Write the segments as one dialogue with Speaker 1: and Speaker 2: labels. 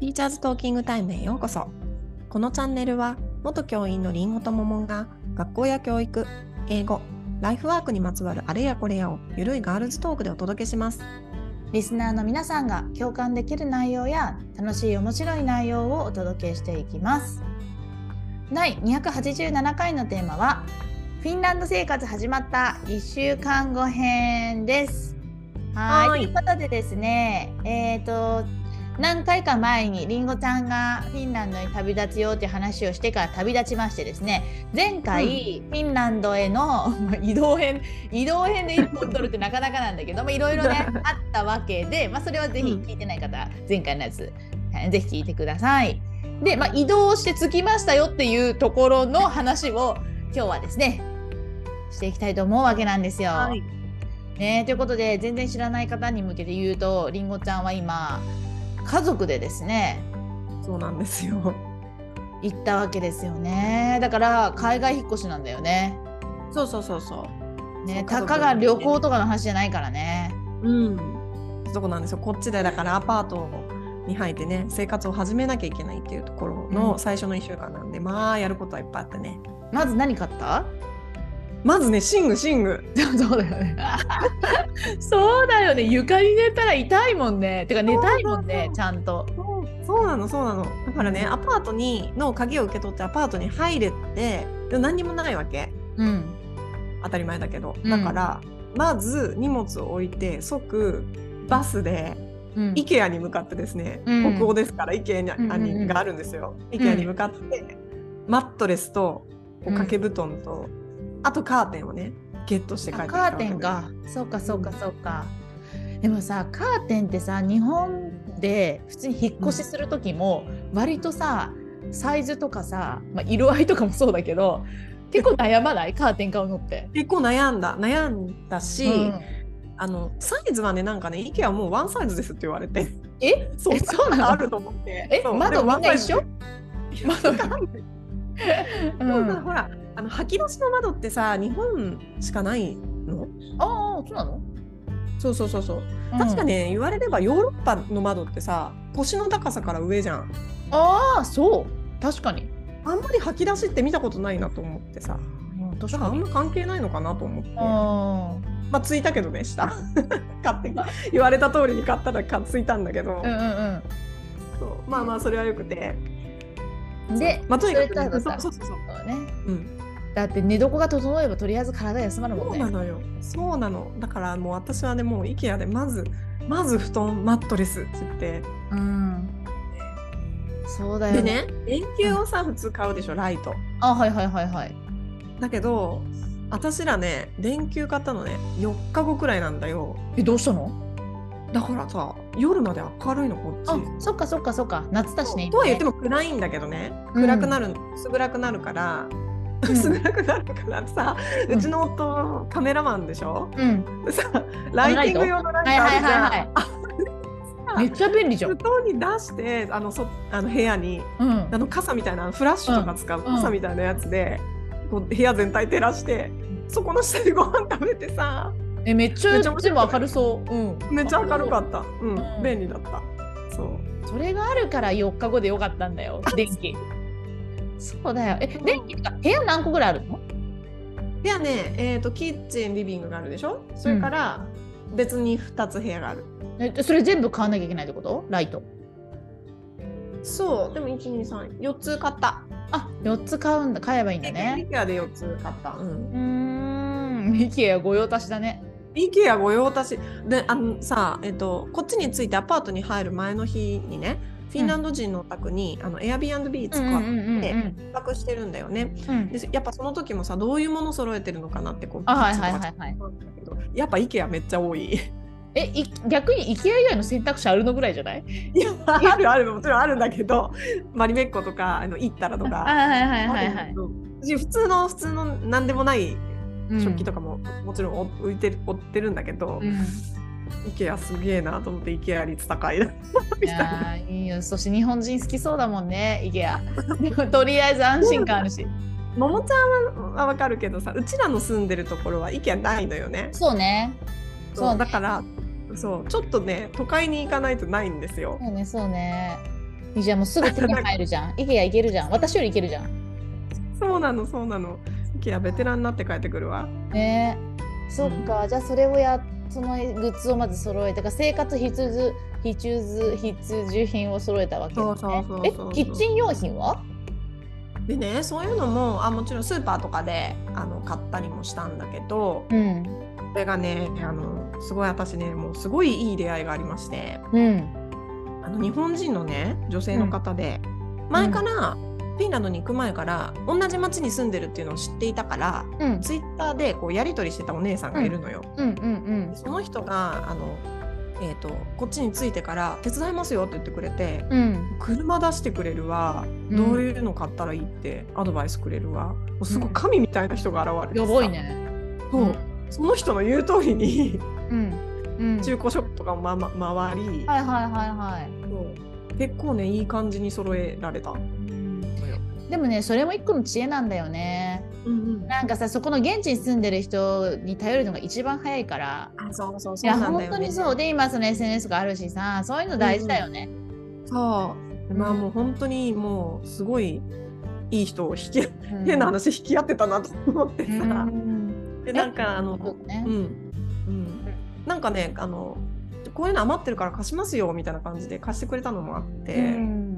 Speaker 1: ティーチャーズトーキングタイムへようこそこのチャンネルは元教員のりんごとももんが学校や教育英語ライフワークにまつわるあれやこれやをゆるいガールズトークでお届けします
Speaker 2: リスナーの皆さんが共感できる内容や楽しい面白い内容をお届けしていきます第287回のテーマはフィンランド生活始まった1週間後編ですはい
Speaker 1: はい
Speaker 2: ということでですねえっ、と何回か前にりんごちゃんがフィンランドに旅立つよって話をしてから旅立ちましてですね前回、フィンランドへの 移動編移動編で一本取るってなかなかなんだけどもいろいろ ねあったわけで、まあ、それはぜひ聞いてない方、前回のやつはいぜひ聞いてください。で、まあ、移動して着きましたよっていうところの話を今日はですねしていきたいと思うわけなんですよ。
Speaker 1: い
Speaker 2: ね、ということで全然知らない方に向けて言うとりんごちゃんは今家族でですね
Speaker 1: そうなんですよ
Speaker 2: 行ったわけですよねだから海外引っ越しなんだよね。
Speaker 1: そうそうそうそ
Speaker 2: ね
Speaker 1: そう
Speaker 2: たかが旅行とかの話じゃないからね。
Speaker 1: ううんそうなんですよこっちでだからアパートに入ってね生活を始めなきゃいけないっていうところ
Speaker 2: う
Speaker 1: の
Speaker 2: ん
Speaker 1: 最初の1週間なんで、まあやることはいっぱいあってね
Speaker 2: まず何買った
Speaker 1: まずね寝具寝具
Speaker 2: そうだよね。そうだよね。床に寝たら痛いもんね。てか寝たいもんね。ちゃんと。
Speaker 1: そうそうなのそうなのだからねアパートにの鍵を受け取ってアパートに入れてでも何にもないわけ
Speaker 2: うん。
Speaker 1: 当たり前だけど
Speaker 2: うん
Speaker 1: だから、まず荷物を置いて即バスで
Speaker 2: うん。
Speaker 1: IKEA に向かってですね、
Speaker 2: うん
Speaker 1: 北欧ですから IKEA に、
Speaker 2: んうんうん
Speaker 1: あにがあるんですよ IKEA に向かってマットレスとこう
Speaker 2: うん
Speaker 1: 掛け布団と、あとカーテンをねゲットして帰って
Speaker 2: あ
Speaker 1: き
Speaker 2: カ
Speaker 1: たわけ
Speaker 2: ーテ
Speaker 1: です
Speaker 2: ンか。そうかそうかそうか。でもさカーテンってさ日本で普通に引っ越しする時も割とさサイズとかさ、まあ、色合いとかもそうだけど結構悩まないカーテン買うのって。
Speaker 1: 結構悩んだ悩んだし、
Speaker 2: うん
Speaker 1: あのサイズはねなんかね IKEA もうワンサイズですって言われて
Speaker 2: え
Speaker 1: そう
Speaker 2: えそうなの
Speaker 1: あると思って。
Speaker 2: え
Speaker 1: そう
Speaker 2: 窓
Speaker 1: でも
Speaker 2: みんな一緒
Speaker 1: 窓わかんない。
Speaker 2: う、
Speaker 1: そうんだ
Speaker 2: あ
Speaker 1: ほら、あの吐き出しの窓ってさ、日本しかないの。
Speaker 2: あそうなの、
Speaker 1: そうそうそうそう。
Speaker 2: うん
Speaker 1: 確かね、言われればヨーロッパの窓ってさ、腰の高さから上じゃん。
Speaker 2: ああそう確かに。
Speaker 1: あんまり吐き出しって見たことないなと思ってさ。
Speaker 2: うん確
Speaker 1: だからあんま関係ないのかなと思って。
Speaker 2: あー
Speaker 1: まあ、ついたけどね、下。 買って、言われた通りに買ったら、か、ついたんだけど。
Speaker 2: うんうん
Speaker 1: そうまあまあ、それはよくて。
Speaker 2: うん。で、
Speaker 1: まあ、とにか
Speaker 2: それ
Speaker 1: く、
Speaker 2: と
Speaker 1: そう
Speaker 2: さ
Speaker 1: そうそうそう。
Speaker 2: そうね。
Speaker 1: うん。
Speaker 2: だって寝床が整えばとりあえず体休まるも
Speaker 1: そ
Speaker 2: ん
Speaker 1: う
Speaker 2: ね。
Speaker 1: なのよ。そうなの。だからもう私はねもう IKEA でまずまず布団マットレスって言って。
Speaker 2: うん。そうだよ
Speaker 1: で。ね電球をさ普通買うでしょライト。
Speaker 2: あ、はいはいはいはい。
Speaker 1: だけど私らね電球買ったのね4日後くらいなんだよ。
Speaker 2: え、どうしたの？
Speaker 1: だからさ夜まで明るいのこっち
Speaker 2: あ。、そっかそっかそっか。夏だしね。
Speaker 1: とは言っても暗いんだけどね
Speaker 2: うん
Speaker 1: 暗くなる、薄暗くなるから、
Speaker 2: うん
Speaker 1: 薄暗くなるからさ、
Speaker 2: う
Speaker 1: うんちの夫カメラマンでしょ
Speaker 2: うん。
Speaker 1: でさライティング用のライト
Speaker 2: は
Speaker 1: あ
Speaker 2: いはい
Speaker 1: るじゃん
Speaker 2: はい
Speaker 1: あ
Speaker 2: はい。めっちゃ便利じゃ
Speaker 1: 布
Speaker 2: ん。
Speaker 1: 団に出してあのそあの部屋に
Speaker 2: うん
Speaker 1: あ。の傘みたいなフラッシュとか使う
Speaker 2: うん
Speaker 1: 傘みたいなやつで、こう部屋全体照らしてそこの下でご飯食べてさ
Speaker 2: え、めっち
Speaker 1: め
Speaker 2: ゃ
Speaker 1: っちゃ面白い
Speaker 2: でも明るそう。うん。
Speaker 1: めっちゃ明るかった、うん
Speaker 2: うん
Speaker 1: 便利だったそう
Speaker 2: それがあるから4日後でよかったんだよ。電気。そうだよ。え、電気とか部屋何個ぐらいあるの？
Speaker 1: 部屋ね、えー、とキッチンリビングがあるでしょそれから別に2つ部屋がある、
Speaker 2: え、それ全部買わなきゃいけないってこと？ライト。
Speaker 1: そうでも1234つ買った
Speaker 2: あ、4つ買うんだ。買えばいいんだね。
Speaker 1: IKEA で4つ買った、うん
Speaker 2: うーん。ミキや御用達だね。
Speaker 1: IKEA 御用達であのさ、えっと、こっちに着いてアパートに入る前の日にねフィンランド人のお宅に、あの Airbnb 使
Speaker 2: うんうん
Speaker 1: っ
Speaker 2: うん
Speaker 1: て
Speaker 2: うん。
Speaker 1: 宿泊してるんだよね
Speaker 2: うん
Speaker 1: でやっぱその時もさどういうもの揃えてるのかなってこう
Speaker 2: あはいはいはいはい。
Speaker 1: いやっぱ IKEA めっちゃ多い
Speaker 2: えい逆に IKEA 以外の選択肢あるのぐらいじゃない
Speaker 1: いやあるあるもちろんあるんだけどマリメッコとかあのイッタラと
Speaker 2: あ
Speaker 1: か
Speaker 2: はいはい
Speaker 1: あるんだけど私普通の普通の何でもない食器と
Speaker 2: か。
Speaker 1: かも、もちろんお置いてる追ってるんだけど、
Speaker 2: うん
Speaker 1: IKEA すげえなと思って IKEA 率高いな
Speaker 2: い
Speaker 1: みたいな。
Speaker 2: やーいいよそして日本人好きそうだもんね IKEA。と りあえず安心感あるし。
Speaker 1: ももちゃんははわかるけどさうちらの住んでるところは IKEA ないのよね
Speaker 2: そうね。そう
Speaker 1: だからそうちょっとね都会に行かないとないんですよ
Speaker 2: そうねそうね。じゃあもうすぐ手に入るじゃん。イケア行けるじゃん。私より行けるじゃん。
Speaker 1: そうなのそうなの。イケアベテランになって帰ってくるわ。
Speaker 2: ねえ。そっか、じゃあそれをやそのグッズをまず揃えたから生活必需必需必需品を揃えたわけだね、
Speaker 1: そうそうそうそう
Speaker 2: えキッチン用品は？
Speaker 1: でねそういうのもあもちろんスーパーとかであの買ったりもしたんだけど
Speaker 2: うん
Speaker 1: これがねあのすごい私ねもうすごいいい出会いがありまして
Speaker 2: うん
Speaker 1: あの日本人のね女性の方で、前からフィンランドに行く前から同じ町に住んでるっていうのを知っていたから
Speaker 2: うん
Speaker 1: ツイッターでこうやり取りしてたお姉さんがいるのよ。
Speaker 2: うんうん
Speaker 1: その人があの、えー、とこっちに着いてから手伝いますよって言ってくれて
Speaker 2: うんうん。
Speaker 1: 車出してくれるわ
Speaker 2: うん
Speaker 1: どういうの買ったらいいってアドバイスくれるわ、もうすごい
Speaker 2: うん
Speaker 1: 神みたいな人が現れて
Speaker 2: や
Speaker 1: さ
Speaker 2: ばいね。
Speaker 1: そう、その人の言う通りに
Speaker 2: うんうん。
Speaker 1: 中古ショップとかも、まま、回り、
Speaker 2: はいはいはいはい。
Speaker 1: そう結構ねいい感じに揃えられたのよ。
Speaker 2: でもねそれも一個の知恵なんだよね
Speaker 1: うん
Speaker 2: なんかさそこの現地に住んでる人に頼るのが一番早いから
Speaker 1: あそうそう
Speaker 2: い
Speaker 1: そう
Speaker 2: や
Speaker 1: なんだ
Speaker 2: 本
Speaker 1: よ
Speaker 2: 当
Speaker 1: ね
Speaker 2: に。そうで今その SNS があるしさそういうの大事だよね、
Speaker 1: そうまあもう本当にもうすごいいい人を引き、
Speaker 2: うん
Speaker 1: 変な話引き合ってたなと思ってさ、
Speaker 2: うん
Speaker 1: でなんかあの
Speaker 2: そうね
Speaker 1: うん、うん、なんかねあのこういうの余ってるから貸しますよみたいな感じで貸してくれたのもあって、
Speaker 2: うん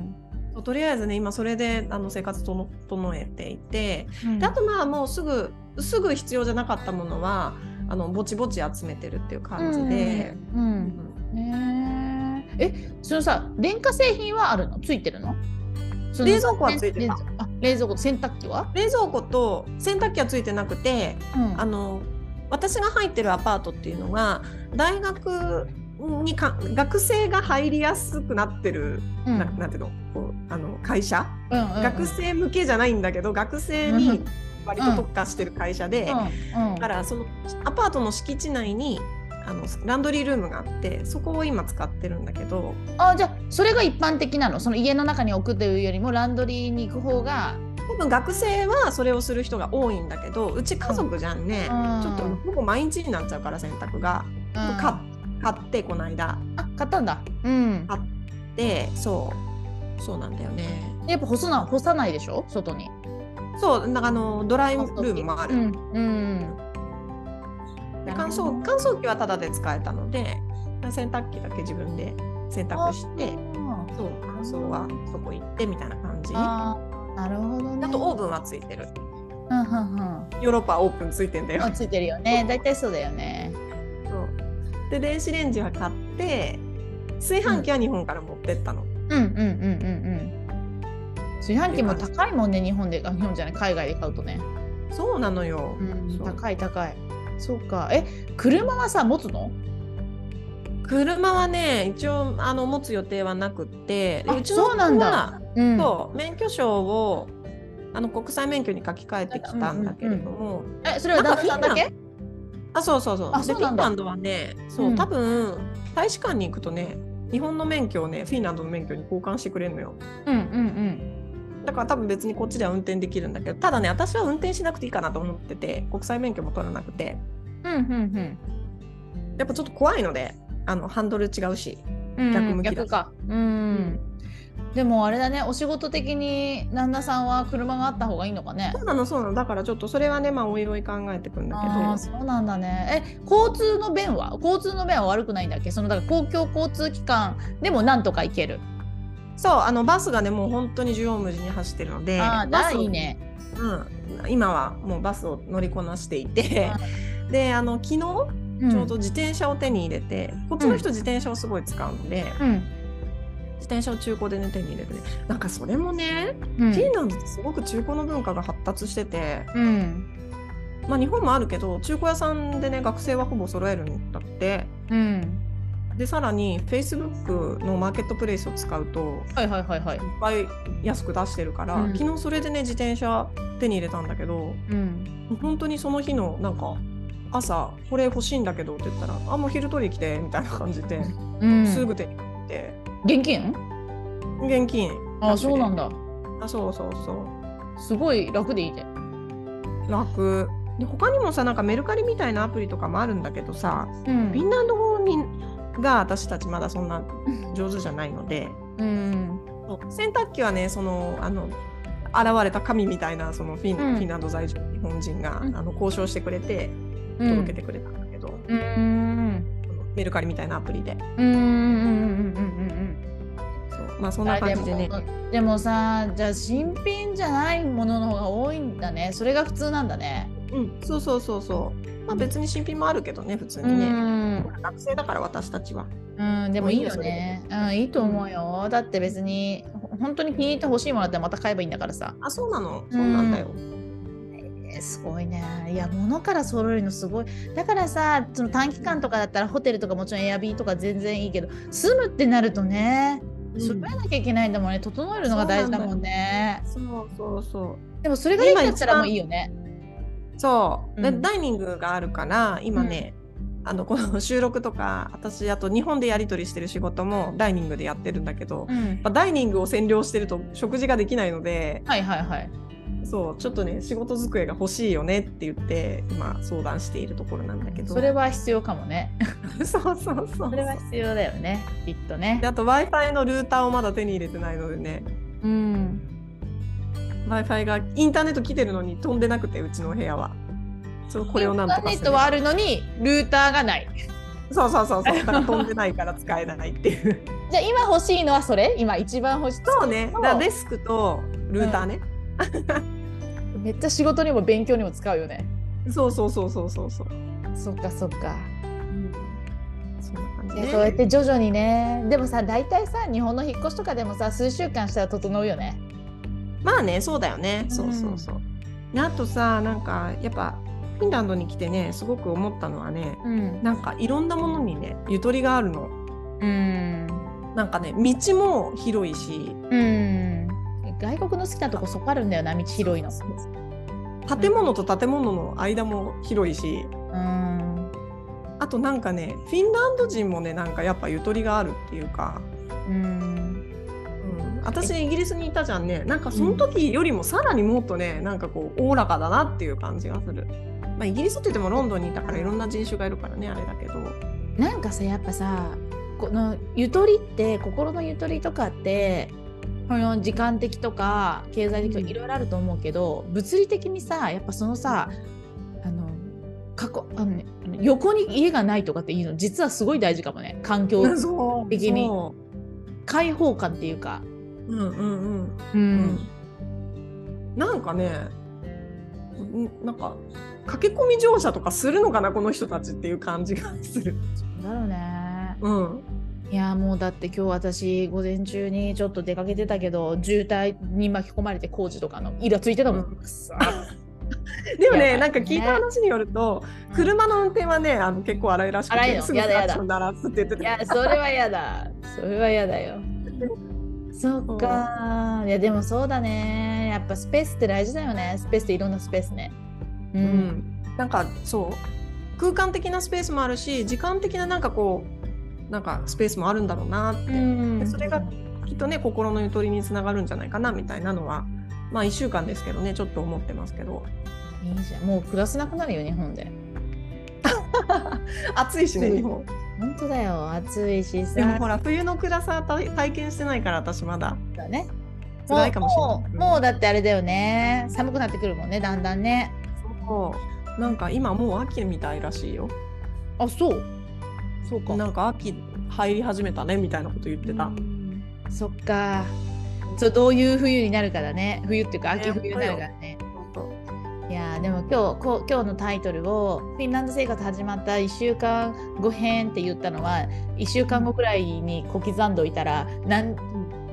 Speaker 1: とりあえずね今それであの生活との整えていて、
Speaker 2: うん
Speaker 1: であとまあもうすぐすぐ必要じゃなかったものはあのぼちぼち集めてるっていう感じで、
Speaker 2: う、
Speaker 1: うんん
Speaker 2: うんねええそのさ電化製品はあるのついてるのその
Speaker 1: 冷蔵庫はついてた
Speaker 2: 冷蔵あ冷蔵庫洗濯機は、
Speaker 1: 冷蔵庫と洗濯機はついてなくて
Speaker 2: うん
Speaker 1: あの私が入ってるアパートっていうのが大学にか学生が入りやすくなってる
Speaker 2: うん
Speaker 1: ななんていうのこうあの会社、
Speaker 2: うんうんうん
Speaker 1: 学生向けじゃないんだけど学生に割と特化してる会社で、
Speaker 2: うんうん
Speaker 1: だからそのアパートの敷地内にあのランドリールームがあってそこを今使ってるんだけど
Speaker 2: あじゃあそれが一般的なのその家の中に置くというよりもランドリーに行く方が、
Speaker 1: 多分学生はそれをする人が多いんだけどうち家族じゃんね、ちょっとほぼ毎日になっちゃうから洗濯が、買
Speaker 2: 買
Speaker 1: 買ってこの間
Speaker 2: あ買ったんだうん
Speaker 1: 買ってそうそうなんだよね
Speaker 2: やっぱ干すな干さないでしょ外に
Speaker 1: そうなんかあのドライルームもある、
Speaker 2: うん、うん、
Speaker 1: で乾燥乾燥機はタダで使えたので洗濯機だけ自分で洗濯して
Speaker 2: あ
Speaker 1: そう乾燥はそこ行ってみたいな感じあ
Speaker 2: あーなるほどね
Speaker 1: とオーブンはついてる
Speaker 2: うんうん
Speaker 1: ヨーロッパはオーブンついてんだ
Speaker 2: うん
Speaker 1: よ
Speaker 2: あついてるよね大体そうだよね
Speaker 1: そうで電子レンジは買って炊飯器は日本から持ってったの、
Speaker 2: うんうんうんうんうん炊飯器も高いもんね日本であ日本じゃない海外で買うとね、
Speaker 1: そうなのよ、
Speaker 2: うん、
Speaker 1: そう
Speaker 2: 高い高いそうかえ車はさ持つの
Speaker 1: 車はね一応あの持つ予定はなくって
Speaker 2: あ
Speaker 1: うちの
Speaker 2: そう
Speaker 1: 夫
Speaker 2: なんだ
Speaker 1: は
Speaker 2: うん
Speaker 1: そう免許証をあの国際免許に書き換えてきたんだけれども、
Speaker 2: えそれは旦那さんだけ
Speaker 1: あそうそうそう
Speaker 2: あ
Speaker 1: で
Speaker 2: そう
Speaker 1: フ
Speaker 2: なん
Speaker 1: ィン
Speaker 2: だ
Speaker 1: ランドはねそう、
Speaker 2: うん
Speaker 1: 多分大使館に行くとね日本の免許をねフィンランドの免許に交換してくれるのよ
Speaker 2: うんうん
Speaker 1: だから多分別にこっちでは運転できるんだけどただね私は運転しなくていいかなと思ってて国際免許も取らなくて
Speaker 2: うんうんうん
Speaker 1: やっぱちょっと怖いのであのハンドル違うし
Speaker 2: うん
Speaker 1: 逆向きだ
Speaker 2: 逆かうんでもあれだねお仕事的に旦那さんは車があった方がいいのかね
Speaker 1: そうなのそうなのだからちょっとそれはねまあおいおい考えてくんだけ
Speaker 2: あー
Speaker 1: ど
Speaker 2: そうなんだねえ交通の便は交通の便は悪くないんだっけそのだから公共交通機関でもなんとか行ける、
Speaker 1: そうあのバスがねもう本当に縦横無尽に走ってるので
Speaker 2: ああー
Speaker 1: バ
Speaker 2: だ
Speaker 1: ス
Speaker 2: いいね
Speaker 1: うん、今はもうバスを乗りこなしていて
Speaker 2: は
Speaker 1: であの昨日ちょうど
Speaker 2: ん
Speaker 1: 自転車を手に入れて、こっちの人自転車をすごい使うので、
Speaker 2: うん
Speaker 1: 自転車を中古でね手に入れてねなんかそれもね、
Speaker 2: うん
Speaker 1: フィンランドってすごく中古の文化が発達してて、
Speaker 2: うん
Speaker 1: まあ、日本もあるけど中古屋さんでね学生はほぼ揃えるんだって
Speaker 2: うん
Speaker 1: でさらに Facebook のマーケットプレイスを使うと
Speaker 2: はいはいはいはい
Speaker 1: いっぱい安く出してるから、
Speaker 2: うん
Speaker 1: 昨日それでね自転車手に入れたんだけど
Speaker 2: うん
Speaker 1: 本当にその日のなんか朝これ欲しいんだけどって言ったら「あもう昼取り来て」みたいな感じで、
Speaker 2: うん
Speaker 1: すぐ手に入って。
Speaker 2: 現金
Speaker 1: 現金
Speaker 2: ああそうなん
Speaker 1: だ
Speaker 2: だ
Speaker 1: あそうそうそう
Speaker 2: すごい楽でいいね
Speaker 1: 楽で他にもさなんかメルカリみたいなアプリとかもあるんだけどさ
Speaker 2: うん
Speaker 1: フィンランド語にが私たちまだそんな上手じゃないので
Speaker 2: うん
Speaker 1: そうそう洗濯機はねそのあの現れた神みたいなそのフィン,、
Speaker 2: うん
Speaker 1: フィンランド在住の日本人が、
Speaker 2: うん
Speaker 1: あの交渉してくれて
Speaker 2: うん
Speaker 1: 届けてくれたんだけど、
Speaker 2: うーん
Speaker 1: あのメルカリみたいなアプリで
Speaker 2: うーんうんうんうんうんうん
Speaker 1: そうまあそんな感じでね
Speaker 2: あでもでもさじゃあ新品じゃないものの方が多いんだねそれが普通なんだね
Speaker 1: うんそうそうそうそうまあ別に新品もあるけどね普通
Speaker 2: う
Speaker 1: にね、
Speaker 2: ん、
Speaker 1: 学生だから私たちは
Speaker 2: うん、でもいいよねうんいいと思うよだって別にほ本当に気に入ってほしいものだったらまた買えばいいんだからさ
Speaker 1: あそうなのそうなんだよ、
Speaker 2: えーすごいねいや物から揃えるのすごいだからさその短期間とかだったらホテルとかもちろんエアビーとか全然いいけど住むってなるとね
Speaker 1: うん
Speaker 2: 揃えなきゃいけないんだもんね整えるのが大事だもんね
Speaker 1: そうそうそう
Speaker 2: でもそれができちゃったらもういいよね
Speaker 1: そう、で
Speaker 2: うん
Speaker 1: ダイニングがあるから今ね、あのこの収録とか私あと日本でやり取りしてる仕事もダイニングでやってるんだけど、
Speaker 2: うん
Speaker 1: まあダイニングを占領してると食事ができないので
Speaker 2: はいはいはい
Speaker 1: そうちょっとね仕事机が欲しいよねって言って今相談しているところなんだけど
Speaker 2: それは必要かもね
Speaker 1: そうそうそうそう
Speaker 2: それは必要だよねきっとね
Speaker 1: であと w i f i のルーターをまだ手に入れてないのでね
Speaker 2: うん
Speaker 1: w i f i がインターネット来てるのに飛んでなくてうちの部屋はそうこれをなんとか
Speaker 2: イン
Speaker 1: する
Speaker 2: ターネットはあるのにルーターがない
Speaker 1: そうそうそうそうだから飛んでないから使えないっていう。
Speaker 2: じゃあ今欲しいのはそれ今一番欲しい
Speaker 1: そうね、だ
Speaker 2: そう
Speaker 1: からデスクとルーターね。
Speaker 2: めっちゃ仕事にも勉強にも使うよね
Speaker 1: そうそうそうそうそうそう。
Speaker 2: そっかそっか
Speaker 1: そんな感じ
Speaker 2: いや
Speaker 1: ね。
Speaker 2: そうやって徐々にねでもさ大体さ日本の引っ越しとかでもさ数週間したら整うよね
Speaker 1: まあね、そうだよね。
Speaker 2: ん
Speaker 1: そうそうそう。であとさ、なんかやっぱフィンランドに来てね、すごく思ったのはね、
Speaker 2: うん
Speaker 1: なんかいろんなものにね、ゆとりがあるの。
Speaker 2: うん
Speaker 1: なんかね、道も広いし、
Speaker 2: うん外国の好きなとこそこあるんだよな道広いの
Speaker 1: 建物と建物の間も広いし、
Speaker 2: うん
Speaker 1: あとなんかね、フィンランド人もね、なんかやっぱゆとりがあるっていうか。
Speaker 2: うん
Speaker 1: うん私イギリスにいたじゃんねなんかその時よりもさらにもっとねなんかこうおおらかだなっていう感じがする、まあ、イギリスって言ってもロンドンにいたからいろんな人種がいるからねあれだけど
Speaker 2: なんかさやっぱさこのゆとりって心のゆとりとかってこの時間的とか経済的と
Speaker 1: うん
Speaker 2: かいろいろあると思うけど、物理的にさやっぱそのさあの過去あのね、あの横に家がないとかっていうの実はすごい大事かもね環境
Speaker 1: そう
Speaker 2: 的に
Speaker 1: そ
Speaker 2: 開放感っていうか。
Speaker 1: ううんうんうん
Speaker 2: う
Speaker 1: うん
Speaker 2: ん、
Speaker 1: なんかねんなんか駆け込み乗車とかするのかなこの人たちっていう感じがする
Speaker 2: だろうね
Speaker 1: うん
Speaker 2: いやもうだって今日私午前中にちょっと出かけてたけど渋滞に巻き込まれて工事とかのイラついてたもん、
Speaker 1: う
Speaker 2: くっさ
Speaker 1: でも
Speaker 2: やばい
Speaker 1: ね
Speaker 2: ね
Speaker 1: なんか聞いた話によると、車の運転はねあの結構荒いらしく
Speaker 2: 荒い
Speaker 1: て
Speaker 2: の
Speaker 1: すぐ
Speaker 2: やだやだ
Speaker 1: クラクション鳴らすって言って
Speaker 2: い
Speaker 1: た
Speaker 2: やそれはやだそれはやだよそっかいやでもそうだねやっぱスペースって大事だよねスペースっていろんなスペースねう、
Speaker 1: うんん、なんかそう空間的なスペースもあるし時間的ななんかこうなんかスペースもあるんだろうなって、
Speaker 2: うん
Speaker 1: それがきっとね心のゆとりにつながるんじゃないかなみたいなのはまあ1週間ですけどねちょっと思ってますけど
Speaker 2: いいじゃんもう暮らせなくなるよ日本で
Speaker 1: 暑いしね日本
Speaker 2: 本当だよ暑いしさ
Speaker 1: でもほら冬の暗さ体体験してないから私まだ
Speaker 2: だね
Speaker 1: 辛いかもしれない
Speaker 2: もうもうもうだってあれだよね寒くなってくるもんねだんだんね
Speaker 1: そうなんか今もう秋みたいらしいよ
Speaker 2: あそうそうか
Speaker 1: なんか秋入り始めたねみたいなこと言ってた、
Speaker 2: そっかそうどういう冬になるかだね冬っていうか秋冬になるからねいやーでも今日こう今日のタイトルを「フィンランド生活始まった1週間後編」って言ったのは1週間後くらいに小刻んどいたら何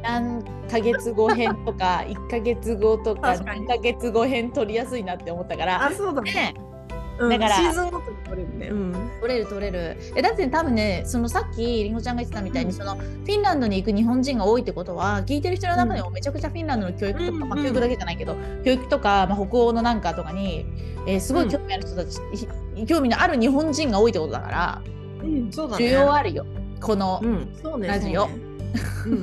Speaker 2: 何ヶ月後編とか1ヶ月後とか
Speaker 1: 確かに
Speaker 2: 何ヶ月後編取りやすいなって思ったから。
Speaker 1: あそうだね、
Speaker 2: ね、
Speaker 1: うん
Speaker 2: だから
Speaker 1: シーズンごとに取れるねうん
Speaker 2: 取れる取れるえだって多分ねそのさっきりんごちゃんが言ってたみたいに、
Speaker 1: うん
Speaker 2: そのフィンランドに行く日本人が多いってことは聞いてる人の中でもめちゃくちゃフィンランドの教育とか、
Speaker 1: うん
Speaker 2: ま
Speaker 1: う
Speaker 2: あ、
Speaker 1: ん
Speaker 2: 教育だけじゃないけど教育とか、まあ、北欧のなんかとかに、えーすごい興味ある人たち、い興味のある日本人が多いってことだから
Speaker 1: うん、そうだね。
Speaker 2: 需要あるよこの、
Speaker 1: うん、そうね。
Speaker 2: ラジオ
Speaker 1: そうね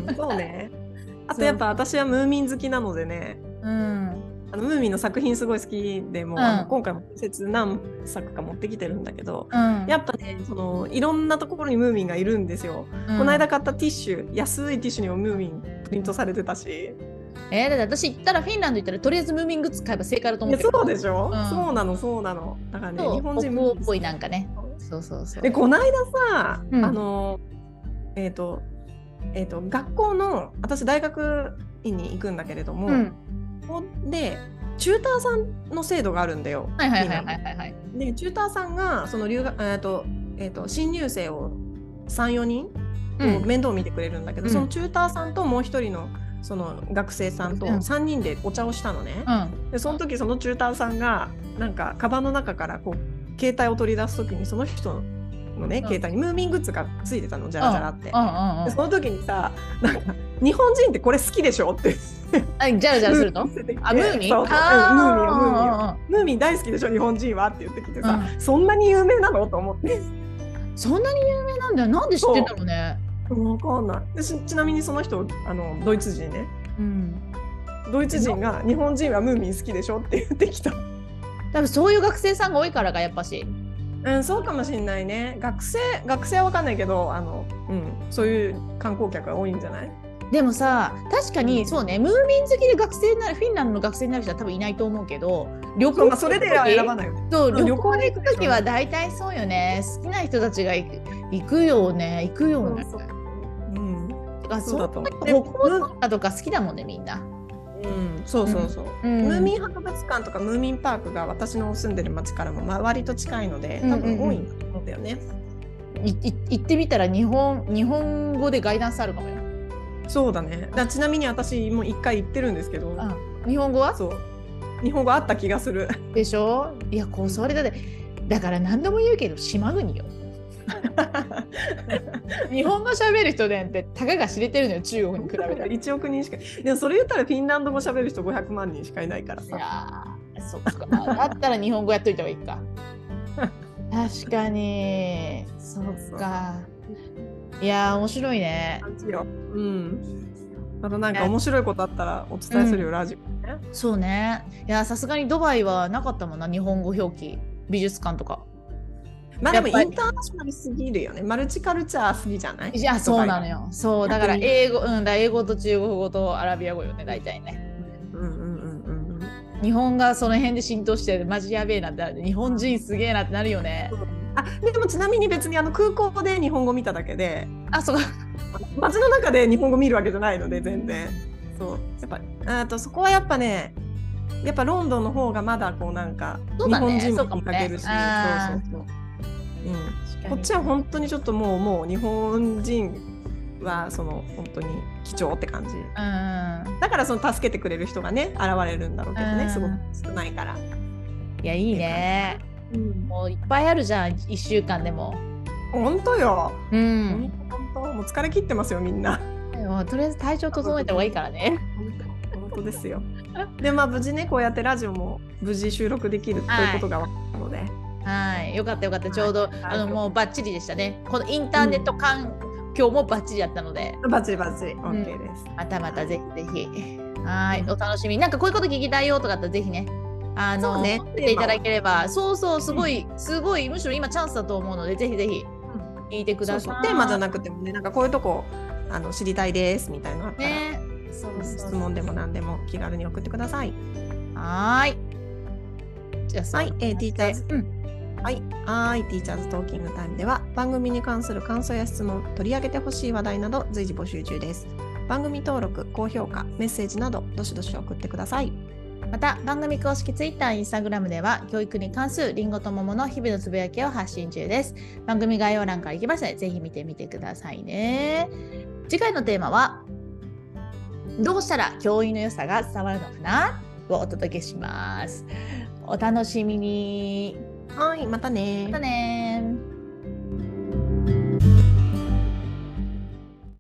Speaker 1: うん、そうね。 あとやっぱ私はムーミン好きなのでね、
Speaker 2: うん
Speaker 1: あのムーミンの作品すごい好きでもう、
Speaker 2: うん
Speaker 1: あの今回も切何作か持ってきてるんだけど、
Speaker 2: うん、
Speaker 1: やっぱね、そのいろんなところにムーミンがいるんですよ。
Speaker 2: うん
Speaker 1: この間買ったティッシュ、安いティッシュにもムーミンプリントされてたし。
Speaker 2: えーだって私行ったらフィンランド行ったらとりあえずムーミングッズ買えば正解だと
Speaker 1: い
Speaker 2: 思う
Speaker 1: や
Speaker 2: け
Speaker 1: そ
Speaker 2: ど
Speaker 1: うでしょ、
Speaker 2: うん
Speaker 1: そうなのそうなの。だからね
Speaker 2: そう
Speaker 1: 日本人
Speaker 2: 北欧っぽいなんかねそうそうそう
Speaker 1: でこの間さ、
Speaker 2: うん
Speaker 1: あのえっ、とえっ、と学校の私大学院に行くんだけれども、
Speaker 2: うん
Speaker 1: ここでチューターさんの制度があるんだよ。
Speaker 2: はいはいはいはいはいはい
Speaker 1: でチューターさんがその留学えっ、とえっ、と新入生を34人
Speaker 2: うん
Speaker 1: 面倒見てくれるんだけど、
Speaker 2: うん
Speaker 1: そのチューターさんともう一人のその学生さんと
Speaker 2: うん
Speaker 1: 3人でお茶をしたのね。
Speaker 2: うん
Speaker 1: でその時そのチューターさんがなんかカバンの中からこう携帯を取り出す時にその人のね、
Speaker 2: うん
Speaker 1: 携帯にムーミングッズがついてたのじゃらじゃらって。
Speaker 2: うんうんう
Speaker 1: で
Speaker 2: ん
Speaker 1: その時にさなんか日本人ってこれ好きでしょって
Speaker 2: あジャラジャラする の
Speaker 1: ムーミン見せてきて
Speaker 2: あムーミン
Speaker 1: そうそう
Speaker 2: あ
Speaker 1: うんムーミンムーミン
Speaker 2: ー
Speaker 1: ムーミン大好きでしょ日本人はって言ってきてさ、
Speaker 2: う
Speaker 1: そんなに有名なのと思って
Speaker 2: そんなに有名なんだよなんで知ってんだろうね
Speaker 1: 分かんないでしちなみにその人あのドイツ人ね
Speaker 2: うん
Speaker 1: ドイツ人が日本人はムーミン好きでしょって言ってきた、
Speaker 2: 多分そういう学生さんが多いからがやっぱし
Speaker 1: うん、そうかもしんないね学生学生は分かんないけどあの、うん、そういう観光客が多いんじゃない
Speaker 2: でもさ確かにそうねムーミン好きで学生になるフィンランドの学生になる人は多分いないと思うけど
Speaker 1: そ
Speaker 2: 旅
Speaker 1: う
Speaker 2: 行
Speaker 1: まあそれでは選ばないよね。
Speaker 2: そう
Speaker 1: うん
Speaker 2: 旅
Speaker 1: 旅
Speaker 2: 行
Speaker 1: 行
Speaker 2: に
Speaker 1: に
Speaker 2: 行
Speaker 1: 行
Speaker 2: く
Speaker 1: く
Speaker 2: と
Speaker 1: でしょ
Speaker 2: きは大体そうよね好きな人たちが行く行くよね行くよね
Speaker 1: そううん、
Speaker 2: あ
Speaker 1: そうだと思う
Speaker 2: 北欧とかとか好きだもんねみんな、
Speaker 1: うん、そうそうそう。
Speaker 2: うん
Speaker 1: ムーミン博物館とかムーミンパークが私の住んでる町からもまあ割と近いので多分多いんだよね。
Speaker 2: いい行ってみたら日本日本語でガイダンスあるかもよ、
Speaker 1: そうだね。だからちなみに私も一回行ってるんですけど、
Speaker 2: 日本語は
Speaker 1: そう日本語あった気がする。
Speaker 2: でしょいやこうそれだってだから何度も言うけど島国よ 日本語喋る人なんてたかが知れてるのよ中国に比 べたら。い
Speaker 1: 1億人しかでもそれ言ったらフィンランド語喋る人500万人しかいないからさ。
Speaker 2: やーそっかだったら日本語やっといた方がいいか確かにそっかいやー面白いね
Speaker 1: 感じよ。うん。またなんか面白いことあったらお伝えするよ、ラジオ。
Speaker 2: そうねいやーさすがにドバイはなかったもんな日本語表記美術館とか
Speaker 1: まあでも
Speaker 2: やっぱ
Speaker 1: イ
Speaker 2: り
Speaker 1: ンターナショナルすぎるよね。マルチカルチャーすぎじゃない
Speaker 2: いやそうなのよそうだから
Speaker 1: 逆に
Speaker 2: 英語うんだから英語と中国語とアラビア語よね大体ね
Speaker 1: うんうんうんうん。
Speaker 2: 日本がその辺で浸透してマジやべえなってなる日本人すげえなってなるよね
Speaker 1: あでもちなみに別にあの空港で日本語見ただけで
Speaker 2: あそうか
Speaker 1: 街の中で日本語見るわけじゃないので全然そうやっぱあとそこはやっぱねやっぱロンドンの方がまだこうなんか
Speaker 2: そう
Speaker 1: 日
Speaker 2: だね
Speaker 1: 本人も見かけるし
Speaker 2: そうかもね
Speaker 1: そうそうそううん、こっちは本当にちょっともうもう日本人はその本当に貴重って感じ
Speaker 2: うん
Speaker 1: だからその助けてくれる人がね現れるんだろうけど
Speaker 2: うん
Speaker 1: ねすごく少ないから、
Speaker 2: いやいいねもういっぱいあるじゃん1週間でも
Speaker 1: 本当よ
Speaker 2: うん
Speaker 1: 本当もう疲れ切ってますよみんな。
Speaker 2: もうとりあえず体調整えた方がいいからね
Speaker 1: 本当ですよ。 でまあ無事ねこうやってラジオも無事収録できると
Speaker 2: はい
Speaker 1: いうことが分かったので、
Speaker 2: はいよかったよかったちょうど
Speaker 1: い
Speaker 2: あのもうバッチリでしたねこのインターネット環境もバッチリだったので
Speaker 1: バッチリバッチリ OK です。
Speaker 2: またまたぜひぜひはいお楽しみなんかこういうこと聞きたいよとかあったらぜひねあ
Speaker 1: そ
Speaker 2: の
Speaker 1: うね
Speaker 2: 送っていただければそうそうすごいすごいむしろ今チャンスだと思うのでぜひぜひ聞いてく
Speaker 1: そ
Speaker 2: だ
Speaker 1: う
Speaker 2: さ
Speaker 1: そ
Speaker 2: いう
Speaker 1: テーマじゃなくてもねなんかこういうとこあの知りたいですみたいなのあったら、
Speaker 2: ねそうそう
Speaker 1: 質問でも何でも気軽に送ってください。
Speaker 2: はーいじゃあそう
Speaker 1: はい、えー、ティーチャーズ
Speaker 2: うん
Speaker 1: はい、はい、ティーチャーズトーキングタイムでは番組に関する感想や質問、取り上げてほしい話題など随時募集中です。番組登録、高評価、メッセージなどどしどし送ってください。
Speaker 2: また番組公式 Twitter、Instagram では教育に関するりんごと桃の日々のつぶやきを発信中です番組概要欄から行きますのでぜひ見てみてくださいね次回のテーマはどうしたら教員の良さが伝わるのかなをお届けしますお楽しみに
Speaker 1: はい、またね
Speaker 2: またねー